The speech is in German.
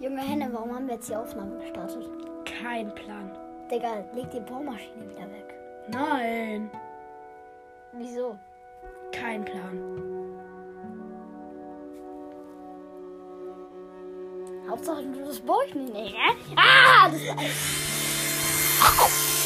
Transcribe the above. Junge Henne, warum haben wir jetzt die Aufnahme gestartet? Kein Plan. Digga, leg die Bohrmaschine wieder weg. Nein. Wieso? Kein Plan. Hauptsache du das Bohrchen nicht, ne? Ah! Das Ah,